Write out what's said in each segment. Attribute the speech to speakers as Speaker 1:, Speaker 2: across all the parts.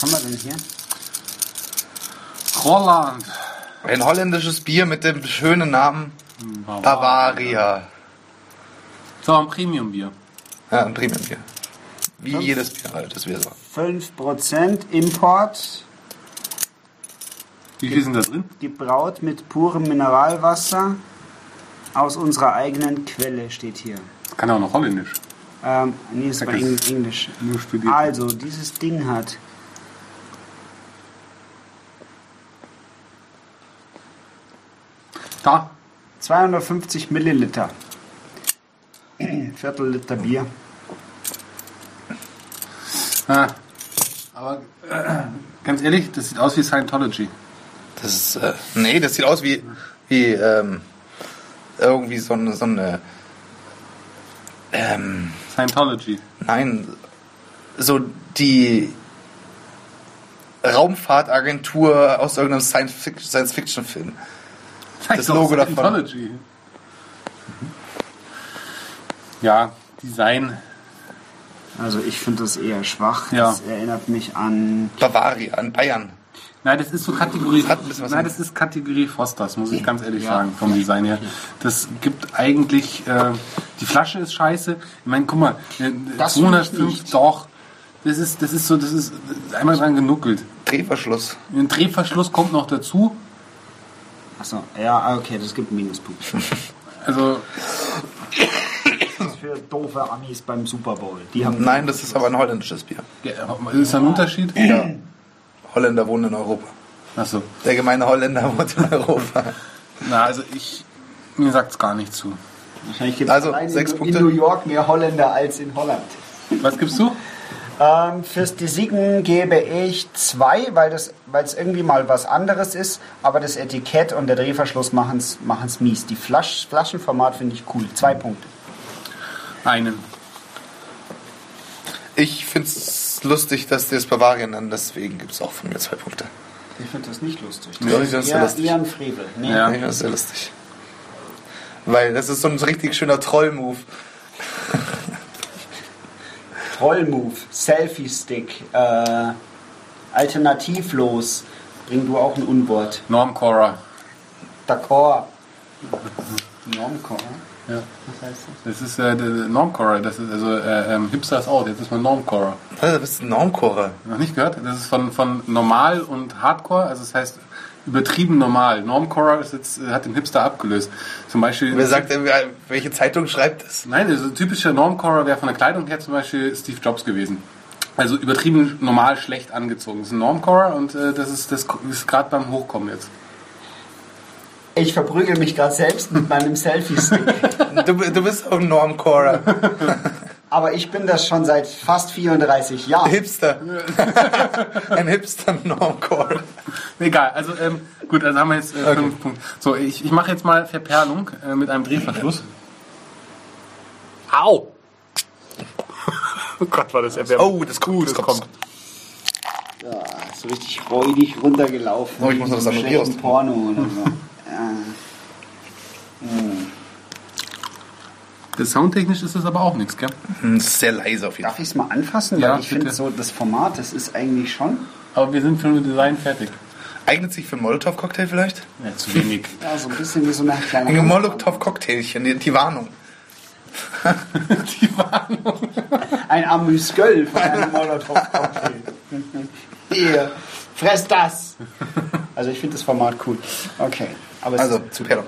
Speaker 1: haben wir denn hier?
Speaker 2: Holland.
Speaker 3: Ein holländisches Bier mit dem schönen Namen Bavaria.
Speaker 2: So, ein Premium-Bier.
Speaker 3: Ja, ein Premiumbier. Wie jedes Bier halt, das wir so.
Speaker 1: 5% Import,
Speaker 2: Wie viel sind da drin?
Speaker 1: gebraut mit purem Mineralwasser aus unserer eigenen Quelle, steht hier.
Speaker 2: Das kann auch noch holländisch.
Speaker 1: Ähm, nee, ist bei
Speaker 2: Okay.
Speaker 1: Eng- Englisch.
Speaker 2: Nur studiert.
Speaker 1: Also, dieses Ding hat
Speaker 2: Da.
Speaker 1: 250 Milliliter. Viertel Liter Bier.
Speaker 2: Ah. Aber äh, ganz ehrlich, das sieht aus wie Scientology.
Speaker 3: Das ist, äh, nee, das sieht aus wie, wie ähm, irgendwie so eine, so eine ähm,
Speaker 2: Scientology.
Speaker 3: nein, so die Raumfahrtagentur aus irgendeinem Science-Fic- Science-Fiction-Film.
Speaker 2: Zeig
Speaker 3: Das
Speaker 2: doch
Speaker 3: Logo davon.
Speaker 2: Scientology. Ja, Design.
Speaker 1: Also, ich finde das eher schwach.
Speaker 2: Ja.
Speaker 1: Das erinnert mich an.
Speaker 3: Bavaria, in Bayern.
Speaker 2: Nein, das ist so Kategorie.
Speaker 3: Hat ein bisschen was
Speaker 2: Nein,
Speaker 3: mit-
Speaker 2: das ist Kategorie Fosters, muss ich ganz ehrlich sagen, vom Design her. Das gibt eigentlich. Äh, die Flasche ist scheiße. Ich meine, guck mal, äh,
Speaker 4: Das find ich
Speaker 2: 205
Speaker 4: nicht.
Speaker 2: doch. Das ist, das ist so, das ist einmal dran genuckelt.
Speaker 3: Drehverschluss.
Speaker 2: Ein Drehverschluss kommt noch dazu.
Speaker 1: Achso, ja, ah, okay, das gibt einen Minuspunkt.
Speaker 2: Also,
Speaker 1: Das ist für doofe Amis beim Super Bowl. Die haben.
Speaker 3: Nein, das ist aber ein holländisches Bier.
Speaker 2: ja, ist da ein Unterschied?
Speaker 3: Ja. Holländer wohnen in Europa.
Speaker 2: Achso.
Speaker 3: Der gemeine Holländer wohnt in Europa.
Speaker 2: Na, also ich. Mir sagt's gar nicht zu.
Speaker 1: Wahrscheinlich gibt's
Speaker 3: Also,
Speaker 1: allein in-
Speaker 3: sechs
Speaker 1: In New
Speaker 3: Punkte.
Speaker 1: York mehr Holländer als in Holland.
Speaker 2: Was gibst du?
Speaker 1: Ähm, fürs Desigen gebe ich zwei, weil das, weil es irgendwie mal was anderes ist, aber das Etikett und der Drehverschluss machen es mies. Die Flasch, Flaschenformat finde ich cool. Zwei Punkte.
Speaker 2: Einen.
Speaker 3: Ich find's lustig, dass die es Bavarien nennen, deswegen gibt's auch von mir zwei Punkte.
Speaker 1: Ich finde das nicht lustig.
Speaker 3: Ja, ich find's sehr lustig.
Speaker 1: eher ein Frevel. Nee.
Speaker 2: Ja.
Speaker 3: Ja. das ist sehr lustig. Weil das ist so ein richtig schöner Troll-Move.
Speaker 1: Trollmove, Selfie-Stick, äh, alternativlos. Bring du auch ein Unwort.
Speaker 2: Norm Cora.
Speaker 1: D'accord. Normcore.
Speaker 2: Ja.
Speaker 1: Was heißt das?
Speaker 2: Das ist äh, der- der Normcore, das ist also äh, ähm, Hipster ist out, jetzt ist man Normcore.
Speaker 3: Was, Du bist ein Normchorer.
Speaker 2: Noch nicht gehört? Das ist von, von normal und Hardcore, also das heißt übertrieben normal. Normcore ist jetzt, äh, hat den Hipster abgelöst. Zum Beispiel.
Speaker 3: Wer sagt denn, wer- welche Zeitung schreibt das?
Speaker 2: Nein, also ein typischer Normcore wäre von der Kleidung her zum Beispiel Steve Jobs gewesen. Also übertrieben normal schlecht angezogen. Das ist ein Normcore und äh, das ist, das ist gerade beim Hochkommen jetzt.
Speaker 1: Ich verprügel mich gerade selbst mit meinem Selfie-Stick.
Speaker 3: Du, du bist auch ein Normchorer.
Speaker 1: Aber ich bin das schon seit fast 34 Jahren.
Speaker 3: Hipster. Ein Hipster-Normchorer.
Speaker 2: Egal, also ähm, gut, also haben wir jetzt äh, fünf Punkte. So, ich, ich mache jetzt mal Verperlung äh, mit einem Drehverschluss. Au!
Speaker 4: Oh Gott, war das erwärmt.
Speaker 3: Oh, das kommt. das kommt.
Speaker 1: Ja, so richtig räudig runtergelaufen.
Speaker 3: Oh, ich muss noch das andere Bier
Speaker 1: Schlechten Porno oder so.
Speaker 2: Das soundtechnisch ist das aber auch nichts, gell?
Speaker 3: Hm, das ist Sehr leise auf jeden
Speaker 1: Darf ich es mal anfassen?
Speaker 2: Ja,
Speaker 1: Weil ich finde
Speaker 2: bitte.
Speaker 1: so, das Format, das ist eigentlich schon.
Speaker 2: Aber wir sind schon mit Design fertig.
Speaker 3: Fall. Eignet sich für einen Molotow-Cocktail vielleicht?
Speaker 2: Ja, zu wenig.
Speaker 1: Ja, so ein bisschen wie so eine kleine.
Speaker 3: Ein Molotow-Cocktailchen, die, die Warnung.
Speaker 2: Die Warnung.
Speaker 1: Ein Amüsgöl von einem Molotow-Cocktail. Hier, fress das! Also ich finde das Format cool. Okay, aber es
Speaker 3: Also,
Speaker 1: ist
Speaker 3: zu Perlung.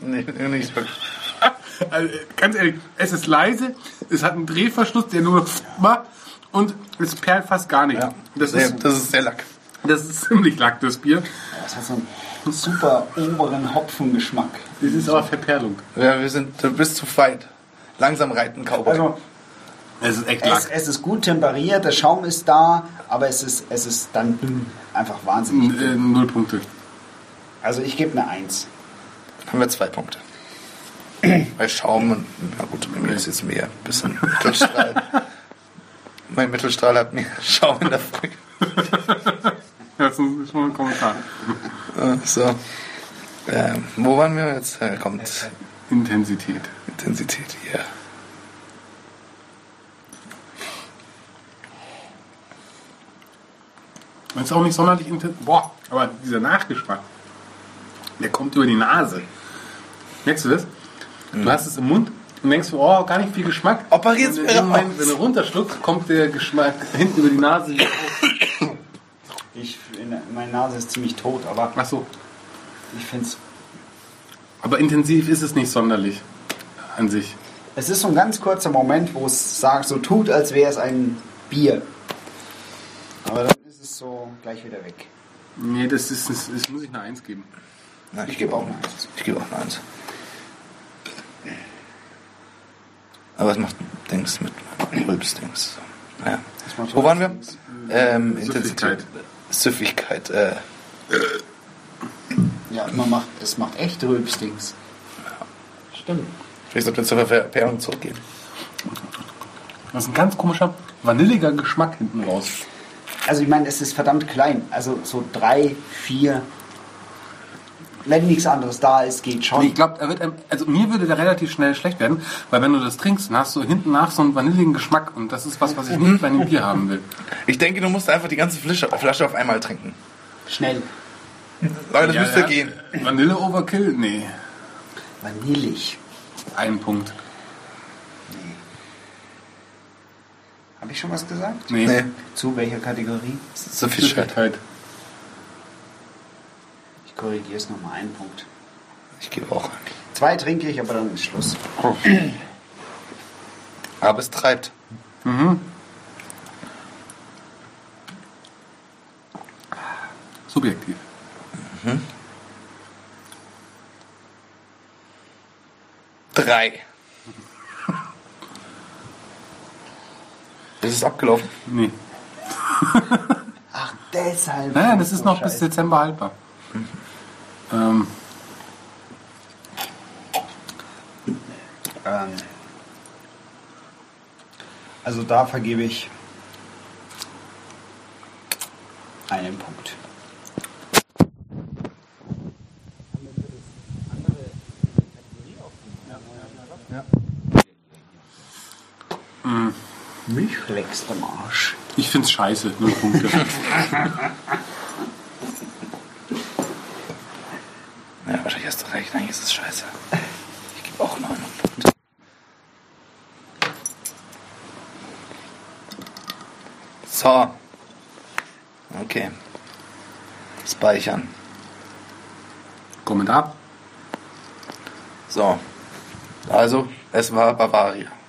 Speaker 3: nee, nicht wirklich.
Speaker 2: Also, äh, ganz ehrlich, es ist leise, es hat einen Drehverschluss, der nur macht und es perlt fast gar nicht. Das,
Speaker 3: sehr,
Speaker 2: ist,
Speaker 3: das ist sehr lack.
Speaker 2: das ist ziemlich lack, das Bier.
Speaker 1: das hat so einen super oberen Hopfengeschmack.
Speaker 2: Das ist aber Verperlung.
Speaker 3: Ja, wir sind, du bist zu weit. Langsam reiten, Cowboy.
Speaker 1: Also
Speaker 2: Es ist echt
Speaker 1: es,
Speaker 2: lack.
Speaker 1: es ist gut temperiert, der Schaum ist da, aber es ist, es ist dann dünn. Einfach wahnsinnig.
Speaker 2: Äh, Null Punkte.
Speaker 1: Also ich gebe eine Eins.
Speaker 3: haben wir zwei Punkte. Bei Schaum und, na gut, bei mir ist jetzt mehr ein bisschen Mittelstrahl. mein Mittelstrahl hat mir Schaum in der Früh.
Speaker 2: Das ist schon ein Kommentar.
Speaker 3: Äh, So. Ähm, wo waren wir jetzt? Äh, kommt
Speaker 2: Intensität.
Speaker 3: Intensität, ja.
Speaker 2: Und ist auch nicht sonderlich intensiv. Boah, aber dieser Nachgeschmack, der kommt über die Nase. Merkst du das? Du hast es im Mund und denkst, oh, gar nicht viel Geschmack.
Speaker 3: Operiert's
Speaker 2: Und in
Speaker 3: mir
Speaker 2: dem Moment,
Speaker 3: raus.
Speaker 2: Wenn du runterschluckst, kommt der Geschmack hinten über die Nase. wieder hoch.
Speaker 1: Ich, in- meine Nase ist ziemlich tot, aber
Speaker 2: Ach so.
Speaker 1: ich finde es.
Speaker 2: Aber intensiv ist es nicht sonderlich an sich.
Speaker 1: Es ist so ein ganz kurzer Moment, wo es sagt, so tut, als wäre es ein Bier. Aber dann ist es so gleich wieder weg.
Speaker 2: Nee, das, ist, das, das muss ich eine Eins geben.
Speaker 3: Nein,
Speaker 1: Ich gebe auch eine Eins.
Speaker 3: Ich gebe auch eine Eins. Aber es macht Dings mit Rülps-Dings. Naja.
Speaker 1: macht
Speaker 3: Wo waren wir? Ähm, Intensität.
Speaker 2: Süffigkeit.
Speaker 3: Süffigkeit. Äh,
Speaker 1: Ja, man macht, es macht echt Rülpsdings.
Speaker 2: Stimmt.
Speaker 3: vielleicht sollten wir zur Verfärbung zurückgehen.
Speaker 2: Das ist ein ganz komischer, vanilliger Geschmack hinten raus.
Speaker 1: Also ich meine, es ist verdammt klein. Also so drei, vier. Wenn nichts anderes da ist, geht schon.
Speaker 2: Ich glaube, er wird einem, also mir würde der relativ schnell schlecht werden, weil wenn du das trinkst, dann hast du hinten nach so einen vanilligen Geschmack und das ist was, was ich nicht bei einem Bier haben will.
Speaker 3: Ich denke, du musst einfach die ganze Flasche, Flasche auf einmal trinken.
Speaker 1: Schnell.
Speaker 3: Leute, das
Speaker 2: Ja,
Speaker 3: müsste
Speaker 2: ja.
Speaker 3: gehen.
Speaker 2: Vanille Overkill? Nee.
Speaker 1: Vanillig.
Speaker 2: Ein Punkt.
Speaker 1: Habe ich schon was gesagt?
Speaker 2: Nee. halt
Speaker 3: Nee,
Speaker 1: Zu welcher Kategorie?
Speaker 3: Süffigkeit.
Speaker 2: Süffigkeit.
Speaker 1: Ich korrigiere es nochmal einen Punkt.
Speaker 3: Ich gebe auch ein.
Speaker 1: Zwei trinke ich, aber dann ist Schluss.
Speaker 3: Aber es treibt.
Speaker 2: Subjektiv.
Speaker 3: Drei. Das ist abgelaufen.
Speaker 2: Nee.
Speaker 1: Ach, deshalb.
Speaker 2: Naja, das ist
Speaker 1: Oh,
Speaker 2: noch bis
Speaker 1: Scheiße.
Speaker 2: Dezember haltbar. Ähm,
Speaker 1: Ähm, also da vergebe ich einen Punkt. Hm. Mich leckst am Arsch.
Speaker 2: ich find's scheiße, null Punkte.
Speaker 3: Ja, wahrscheinlich hast du recht. Eigentlich ist es scheiße. Ich gebe auch neun. So. Okay. Speichern.
Speaker 2: Kommentar.
Speaker 3: So. Also, es war Bavaria.